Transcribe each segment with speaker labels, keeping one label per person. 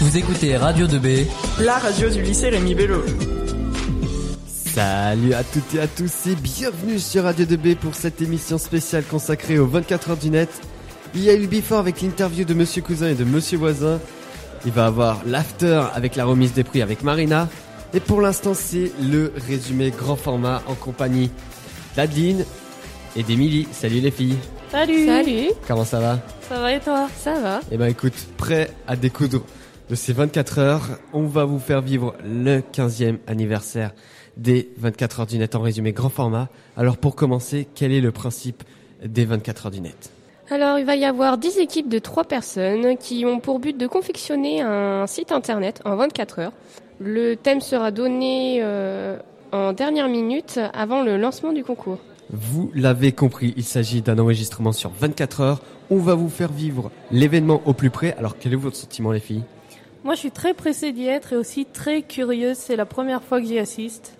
Speaker 1: Vous écoutez Radio 2B.
Speaker 2: La radio du lycée Rémi Bello.
Speaker 3: Salut à toutes et à tous et bienvenue sur Radio 2B pour cette émission spéciale consacrée aux 24 heures du net. Il y a eu le before avec l'interview de Monsieur Cousin et de Monsieur Voisin. Il va avoir l'after avec la remise des prix avec Marina. Et pour l'instant, c'est le résumé grand format en compagnie d'Adeline et d'Emilie. Salut les filles,
Speaker 4: Salut.
Speaker 5: Salut,
Speaker 3: comment ça va
Speaker 4: Ça va et toi
Speaker 5: ça va
Speaker 3: Eh ben écoute, prêt à découdre de ces 24 heures, on va vous faire vivre le 15e anniversaire des 24 heures du net en résumé grand format. Alors pour commencer, quel est le principe des 24 heures du net
Speaker 5: Alors, il va y avoir 10 équipes de 3 personnes qui ont pour but de confectionner un site internet en 24 heures. Le thème sera donné euh, en dernière minute avant le lancement du concours.
Speaker 3: Vous l'avez compris, il s'agit d'un enregistrement sur 24 heures. On va vous faire vivre l'événement au plus près. Alors quel est votre sentiment les filles
Speaker 4: Moi, je suis très pressée d'y être et aussi très curieuse. C'est la première fois que j'y assiste.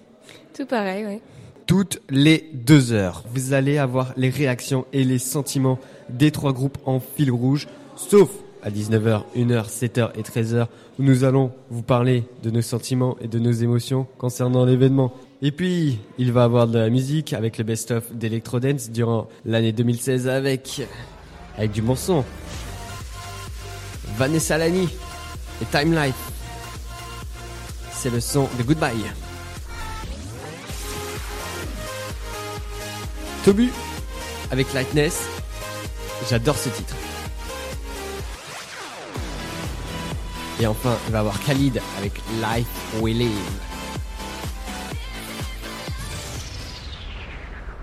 Speaker 5: Tout pareil, ouais.
Speaker 3: toutes les deux heures. Vous allez avoir les réactions et les sentiments des trois groupes en fil rouge, sauf à 19h, 1h, 7h et 13h, où nous allons vous parler de nos sentiments et de nos émotions concernant l'événement. Et puis, il va y avoir de la musique avec le best-of d'Electrodance durant l'année 2016 avec, avec du bon son. Vanessa Lani et Time Life. C'est le son de Goodbye. Tobu avec Lightness. J'adore ce titre. Et enfin, il va y avoir Khalid avec Life We Live.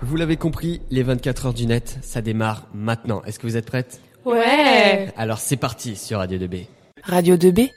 Speaker 3: Vous l'avez compris, les 24 heures du net, ça démarre maintenant. Est-ce que vous êtes prête
Speaker 5: Ouais.
Speaker 3: Alors c'est parti sur Radio 2B.
Speaker 6: Radio 2B,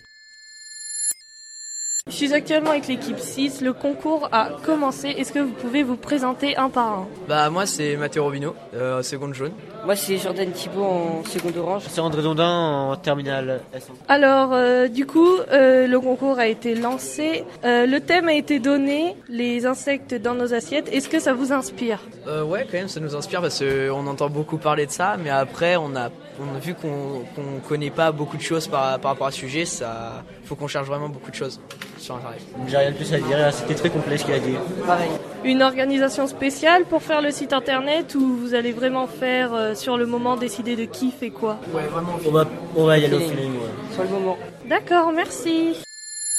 Speaker 4: Je suis actuellement avec l'équipe 6. Le concours a commencé. Est-ce que vous pouvez vous présenter un par un
Speaker 7: Bah moi c'est Mathéo Robino, euh, seconde jaune.
Speaker 8: Moi, c'est Jordan Thibault en seconde orange.
Speaker 9: C'est André Dondin en terminale S.
Speaker 4: Alors, euh, du coup, euh, le concours a été lancé. Euh, le thème a été donné les insectes dans nos assiettes. Est-ce que ça vous inspire
Speaker 7: Euh, ouais quand même ça nous inspire parce qu'on entend beaucoup parler de ça mais après on a, on a vu qu'on qu'on connaît pas beaucoup de choses par, par rapport à ce sujet, ça faut qu'on cherche vraiment beaucoup de choses sur internet.
Speaker 9: J'ai rien de plus à dire, là, c'était très complet ce qu'il a dit.
Speaker 8: Pareil.
Speaker 4: Une organisation spéciale pour faire le site internet ou vous allez vraiment faire euh, sur le moment décider de qui fait quoi
Speaker 7: Ouais vraiment
Speaker 9: On va, on va y aller au feeling. ouais.
Speaker 8: Sur le moment.
Speaker 4: D'accord, merci.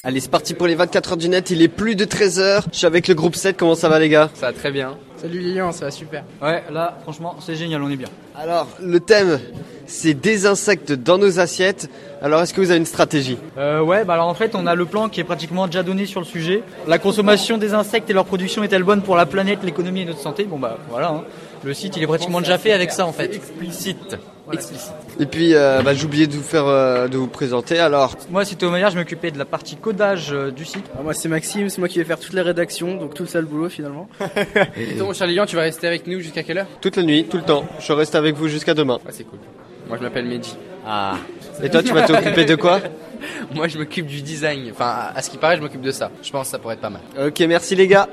Speaker 3: Allez, c'est parti pour les 24 heures du net. Il est plus de 13h. Je suis avec le groupe 7. Comment ça va les gars
Speaker 7: ça va très bien. Salut Lilian, ça va super.
Speaker 10: Ouais, là, franchement, c'est génial, on est bien.
Speaker 3: Alors, le thème, c'est des insectes dans nos assiettes. Alors, est-ce que vous avez une stratégie
Speaker 10: Euh, ouais, bah alors en fait, on a le plan qui est pratiquement déjà donné sur le sujet. La consommation des insectes et leur production est-elle bonne pour la planète, l'économie et notre santé Bon bah voilà, hein. le site il est pratiquement déjà fait avec ça en fait. Explicite. Explicite.
Speaker 3: Et puis, euh, bah, j'ai oublié de vous faire, euh, de vous présenter. Alors,
Speaker 10: Moi, c'était Omeyer, je m'occupais de la partie codage euh, du site.
Speaker 11: moi c'est Maxime, c'est moi qui vais faire toute la rédaction, donc tout le sale boulot finalement.
Speaker 12: Bon, cher Lilian, tu vas rester avec nous jusqu'à quelle heure
Speaker 3: toute la nuit, tout le temps, je reste avec vous jusqu'à demain.
Speaker 12: Ah, c'est cool. Moi, je m'appelle Mehdi.
Speaker 3: Ah. Et toi, tu vas t'occuper de quoi
Speaker 12: Moi, je m'occupe du design. Enfin, à- à ce qui paraît, je m'occupe de ça. Je pense que ça pourrait être pas mal.
Speaker 3: Ok, merci les gars.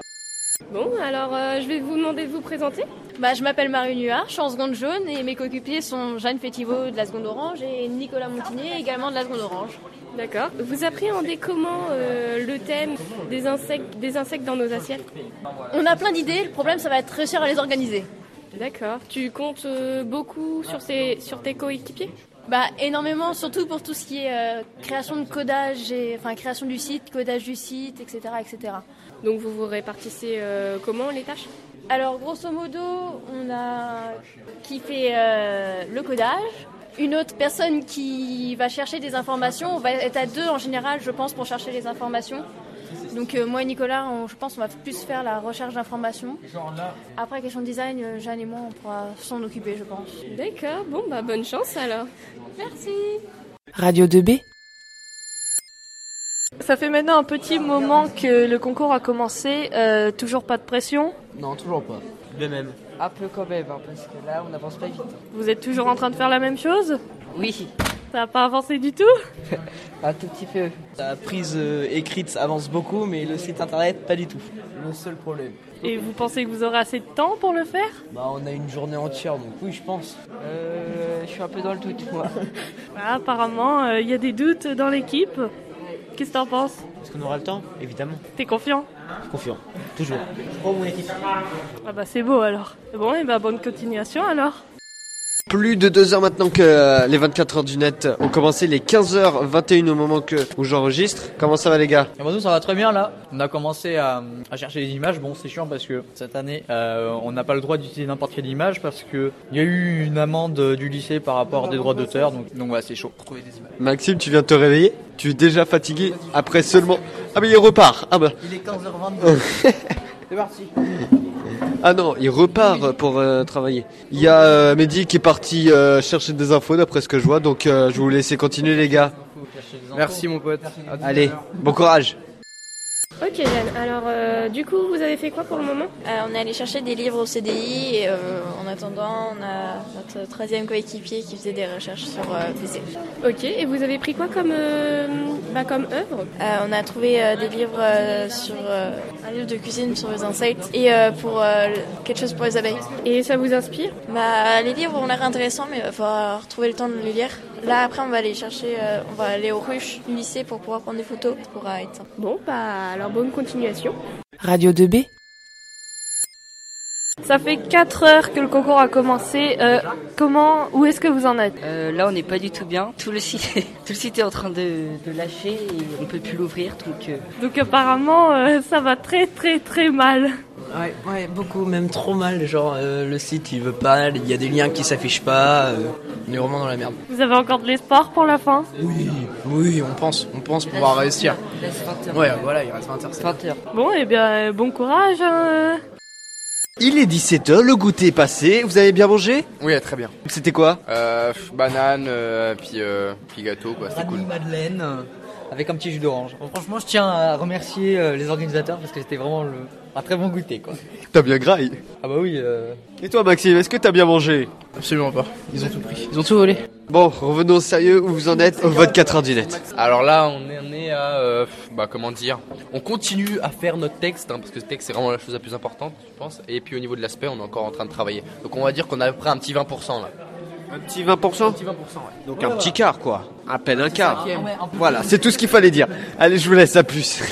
Speaker 5: Bon, alors euh, je vais vous demander de vous présenter.
Speaker 4: Bah, je m'appelle Marie Nuard, je suis en seconde jaune et mes coéquipiers sont Jeanne Fétiveau de la seconde orange et Nicolas Montinier également de la seconde orange.
Speaker 5: D'accord. Vous appréhendez comment euh, le thème des insectes, des insectes dans nos assiettes
Speaker 4: On a plein d'idées, le problème ça va être réussir à les organiser.
Speaker 5: D'accord. Tu comptes euh, beaucoup sur, ces, sur tes coéquipiers
Speaker 4: Bah énormément, surtout pour tout ce qui est euh, création de codage, et, enfin création du site, codage du site, etc. etc.
Speaker 5: Donc vous vous répartissez euh, comment les tâches
Speaker 4: Alors grosso modo, on a qui fait euh, le codage, une autre personne qui va chercher des informations, on va être à deux en général je pense pour chercher les informations. Donc euh, moi et Nicolas, on- je pense on va plus faire la recherche d'informations. Après question design, euh, Jeanne et moi on pourra s'en occuper je pense.
Speaker 5: D'accord, bon bah bonne chance alors.
Speaker 4: Merci
Speaker 6: Radio 2B,
Speaker 4: Ça fait maintenant un petit moment que le concours a commencé, euh, toujours pas de pression.
Speaker 7: Non toujours pas.
Speaker 9: De même.
Speaker 8: Un peu quand même, hein, parce que là, on n'avance pas vite.
Speaker 4: Vous êtes toujours en train de faire la même chose
Speaker 8: Oui,
Speaker 4: Ça n'a pas avancé du tout
Speaker 8: un tout petit peu.
Speaker 7: La prise euh, écrite avance beaucoup mais le site internet pas du tout. Le seul problème.
Speaker 4: Et vous pensez que vous aurez assez de temps pour le faire
Speaker 7: Bah on a une journée entière donc oui je pense.
Speaker 8: Euh, je suis un peu dans le doute, moi.
Speaker 13: Bah, apparemment, euh, il y a des doutes dans l'équipe. Qu'est-ce que t'en penses
Speaker 14: Est-ce qu'on aura le temps Évidemment.
Speaker 13: T'es confiant
Speaker 14: Confiant. Toujours. Je crois en Oh, mon équipe.
Speaker 13: Ah bah c'est beau alors. Bon, et bah bonne continuation alors.
Speaker 3: Plus de deux heures maintenant que euh, les 24 heures du net ont commencé, les 15h21 au moment que où j'enregistre. Comment ça va les gars
Speaker 15: Et bon, nous, ça va très bien là. On a commencé à, à chercher des images. Bon, c'est chiant parce que cette année, euh, on n'a pas le droit d'utiliser n'importe quelle image parce que il y a eu une amende euh, du lycée par rapport des droits d'auteur. Donc, donc ouais, c'est chaud. Retrouver des images.
Speaker 3: Maxime, tu viens de te réveiller Tu es déjà fatigué après seulement... Ah mais il repart Ah bah...
Speaker 15: Il est 15h22. c'est parti.
Speaker 3: Ah non, il repart pour euh, travailler. Il y a euh, Mehdi qui est parti euh, chercher des infos d'après ce que je vois, donc euh, je vais vous laisser continuer les gars.
Speaker 16: Merci mon pote. À tout à
Speaker 3: Allez,
Speaker 16: l'heure.
Speaker 3: bon courage.
Speaker 5: Ok Jeanne, alors euh, du coup vous avez fait quoi pour le moment
Speaker 17: Euh, on est allé chercher des livres au CDI et euh, en attendant, on a notre troisième coéquipier qui faisait des recherches sur euh, PC.
Speaker 5: Ok, et vous avez pris quoi comme, euh, bah, comme œuvre
Speaker 17: Euh, on a trouvé euh, des livres euh, sur euh, un livre de cuisine sur les insectes et euh, pour euh, quelque chose pour les abeilles.
Speaker 5: Et ça vous inspire
Speaker 17: Bah, les livres ont l'air intéressants, mais il va retrouver le temps de les lire. Là, après, on va aller chercher, euh, on va aller aux ruches du lycée pour pouvoir prendre des photos. Ça pourra être sympa.
Speaker 5: Bon bah alors bonne continuation.
Speaker 18: Radio 2B,
Speaker 13: Ça fait 4 heures que le concours a commencé. Euh, comment, où est-ce que vous en êtes
Speaker 8: Euh, là, on n'est pas du tout bien. Tout le site, est- tout le site est en train de, de lâcher et on peut plus l'ouvrir. Donc, euh,
Speaker 13: Donc apparemment, euh, ça va très très très mal.
Speaker 7: Ouais, ouais, beaucoup, même trop mal. Genre, euh, le site il veut pas, il y a des liens qui s'affichent pas. euh, on est vraiment dans la merde.
Speaker 13: Vous avez encore de l'espoir pour la fin
Speaker 7: Oui, oui, on pense, on pense pouvoir réussir.
Speaker 8: il reste 20 heures.
Speaker 7: Ouais, voilà, il reste 20 heures.
Speaker 8: 20 heures.
Speaker 13: Bon, et bien, euh, bon courage. hein, euh.
Speaker 3: Il est 17h, le goûter est passé, vous avez bien mangé
Speaker 19: Oui, très bien.
Speaker 3: C'était quoi
Speaker 19: Euh, pff, banane, euh, puis, euh, puis gâteau, quoi, c'était cool.
Speaker 15: Madeleine euh, avec un petit jus d'orange. Bon, franchement, je tiens à remercier euh, les organisateurs parce que c'était vraiment le- un très bon goûter quoi.
Speaker 3: T'as bien graille.
Speaker 15: Ah bah oui. euh,
Speaker 3: Et toi Maxime, est-ce que t'as bien mangé
Speaker 19: Absolument pas. Ils ont tout pris.
Speaker 3: Ils ont tout volé. Bon, revenons au sérieux, où vous en êtes au vote 4 heures du net.
Speaker 19: Alors là, on est, on est à. euh, pff, bah, comment dire On continue à faire notre texte, hein, parce que ce texte, c'est vraiment la chose la plus importante, je pense. Et puis au niveau de l'aspect, on est encore en train de travailler. Donc on va dire qu'on a à peu près un petit 20% là.
Speaker 3: Un petit 20% Donc un
Speaker 19: Ouais,
Speaker 3: petit
Speaker 19: ouais.
Speaker 3: quart quoi, à peine un quart.
Speaker 19: cinquième. Ouais, un peu
Speaker 3: Voilà, c'est tout ce qu'il fallait dire. Allez, je vous laisse, à plus.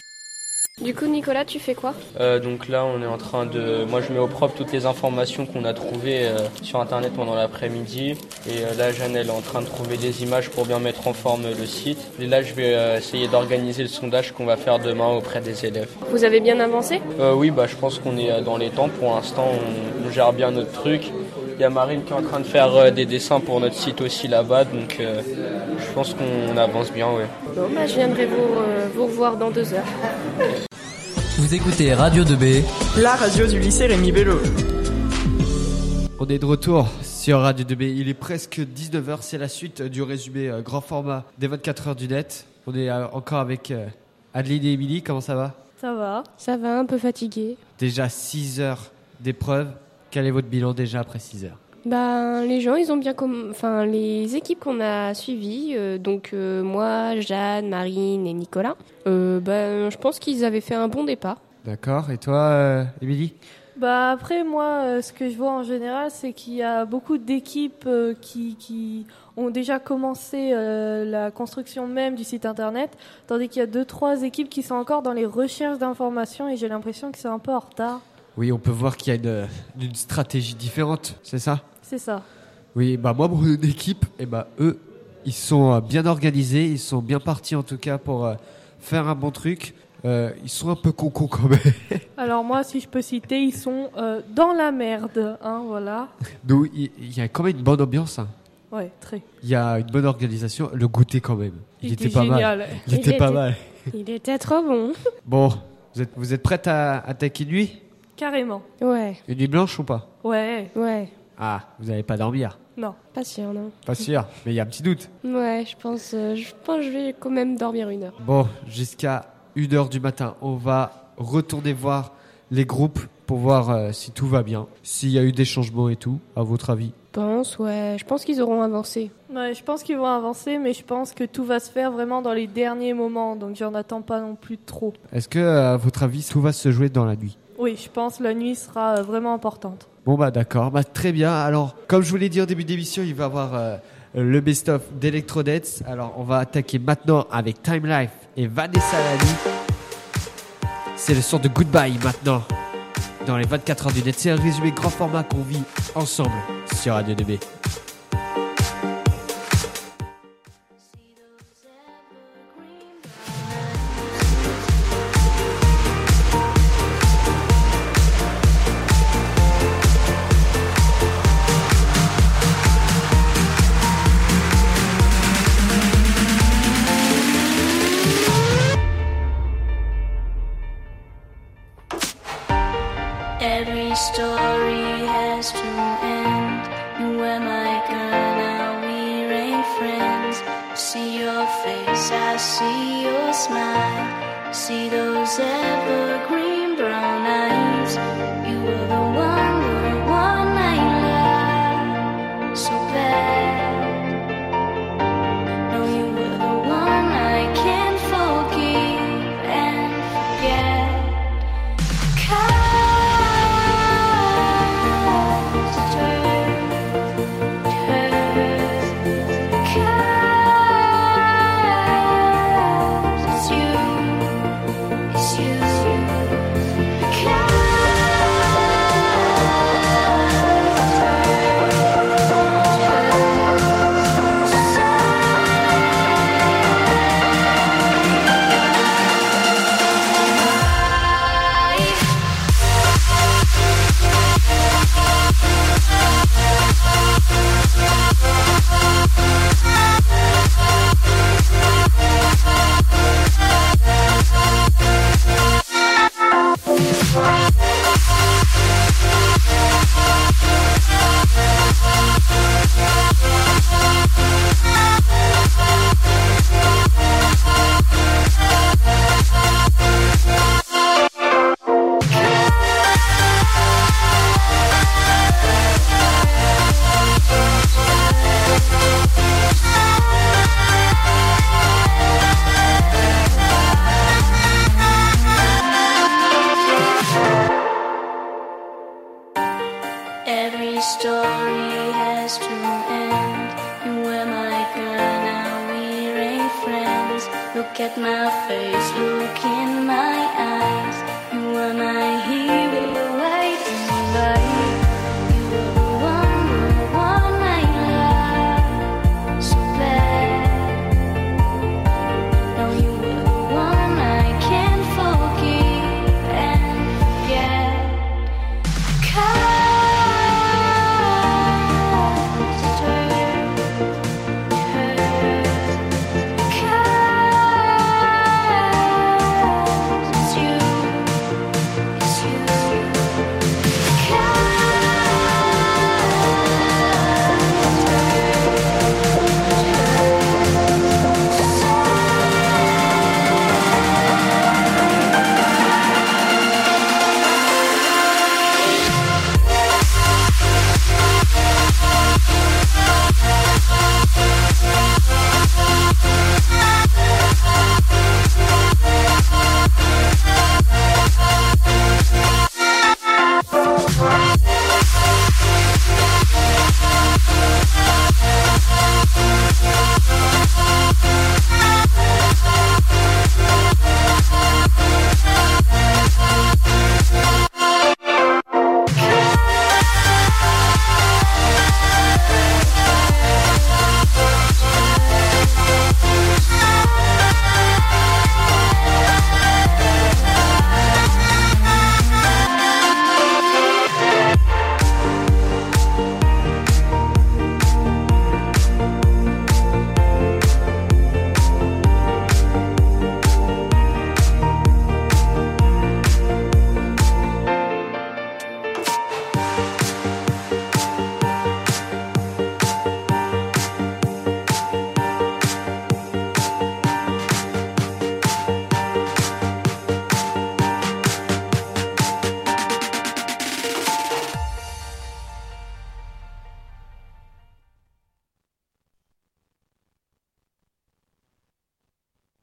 Speaker 5: Du coup Nicolas tu fais quoi
Speaker 10: Euh, donc là, on est en train de. Moi, je mets au propre toutes les informations qu'on a trouvées euh, sur internet pendant l'après-midi. Et euh, là, Jeanne, elle est en train de trouver des images pour bien mettre en forme euh, le site. Et là, je vais euh, essayer d'organiser le sondage qu'on va faire demain auprès des élèves.
Speaker 5: Vous avez bien avancé
Speaker 10: Euh, oui, bah, je pense qu'on est euh, dans les temps. Pour l'instant, on, on gère bien notre truc. Il y a Marine qui est en train de faire euh, des dessins pour notre site aussi là-bas. Donc, euh, je pense qu'on avance bien, ouais.
Speaker 5: Bon bah je viendrai vous, euh, vous revoir dans deux heures.
Speaker 2: Vous écoutez Radio 2B, la radio du lycée Rémi Bello.
Speaker 3: On est de retour sur Radio 2B. Il est presque 19h. C'est la suite du résumé euh, grand format des 24 heures du net. On est euh, encore avec euh, Adeline et Émilie. Comment ça va
Speaker 13: Ça va
Speaker 5: Ça va un peu fatigué.
Speaker 3: Déjà 6 heures d'épreuve. Quel est votre bilan déjà après 6 heures
Speaker 5: Ben, les gens, ils ont bien comm- enfin les équipes qu'on a suivies, euh, donc euh, moi, Jeanne, Marine et Nicolas. euh, ben, je pense qu'ils avaient fait un bon départ.
Speaker 3: D'accord. Et toi, euh, Émilie
Speaker 4: Bah après moi, euh, ce que je vois en général, c'est qu'il y a beaucoup d'équipes euh, qui, qui ont déjà commencé euh, la construction même du site internet, tandis qu'il y a deux trois équipes qui sont encore dans les recherches d'informations et j'ai l'impression que c'est un peu en retard.
Speaker 3: Oui, on peut voir qu'il y a une, euh, une stratégie différente. C'est ça
Speaker 4: C'est ça.
Speaker 3: Oui, bah moi, mon équipe, et bah eux, ils sont euh, bien organisés, ils sont bien partis en tout cas pour euh, faire un bon truc. Euh, ils sont un peu concons quand même.
Speaker 4: Alors moi, si je peux citer, ils sont euh, dans la merde, hein, voilà.
Speaker 3: Nous, il il y a quand même une bonne ambiance. hein.
Speaker 4: Ouais, très.
Speaker 3: Il y a une bonne organisation. Le goûter quand même. Il, était, pas mal. Il, était, pas mal.
Speaker 5: Il était trop bon.
Speaker 3: Bon, vous êtes, vous êtes prête à attaquer une nuit
Speaker 4: Carrément.
Speaker 5: Ouais.
Speaker 3: Une nuit blanche ou pas
Speaker 4: Ouais.
Speaker 5: Ouais.
Speaker 3: Ah, vous n'allez pas dormir.
Speaker 4: Non.
Speaker 5: Pas sûr, non.
Speaker 3: Pas sûr, mais il y a un petit doute.
Speaker 5: Ouais, je pense, euh, je pense que je vais quand même dormir une heure.
Speaker 3: Bon, jusqu'à 1h du matin, on va retourner voir les groupes pour voir euh, si tout va bien, s'il y a eu des changements et tout, à votre avis.
Speaker 5: Je pense, ouais. Je pense qu'ils auront avancé.
Speaker 4: Ouais, je pense qu'ils vont avancer, mais je pense que tout va se faire vraiment dans les derniers moments, donc j'en attends pas non plus trop.
Speaker 3: Est-ce que, euh, à votre avis, tout va se jouer dans la nuit
Speaker 4: Oui, je pense que la nuit sera euh, vraiment importante.
Speaker 3: Bon bah d'accord, bah très bien. Alors comme je vous l'ai dit au début d'émission, il va y avoir euh, le best-of d'Electrodets. Alors on va attaquer maintenant avec Time Life et Vanessa Lani. C'est le son de Goodbye maintenant dans les 24 heures du net. C'est un résumé grand format qu'on vit ensemble sur Radio 2B.
Speaker 5: Every story has to end. You am I gonna we remain friends? See your face, I see your smile. See those evergreen brown eyes. You were the one, the one I loved so bad. No, you were the one I can't forgive and forget. Every story has to end. You am I gonna weary friends? Look at my face, look in my eyes. You am I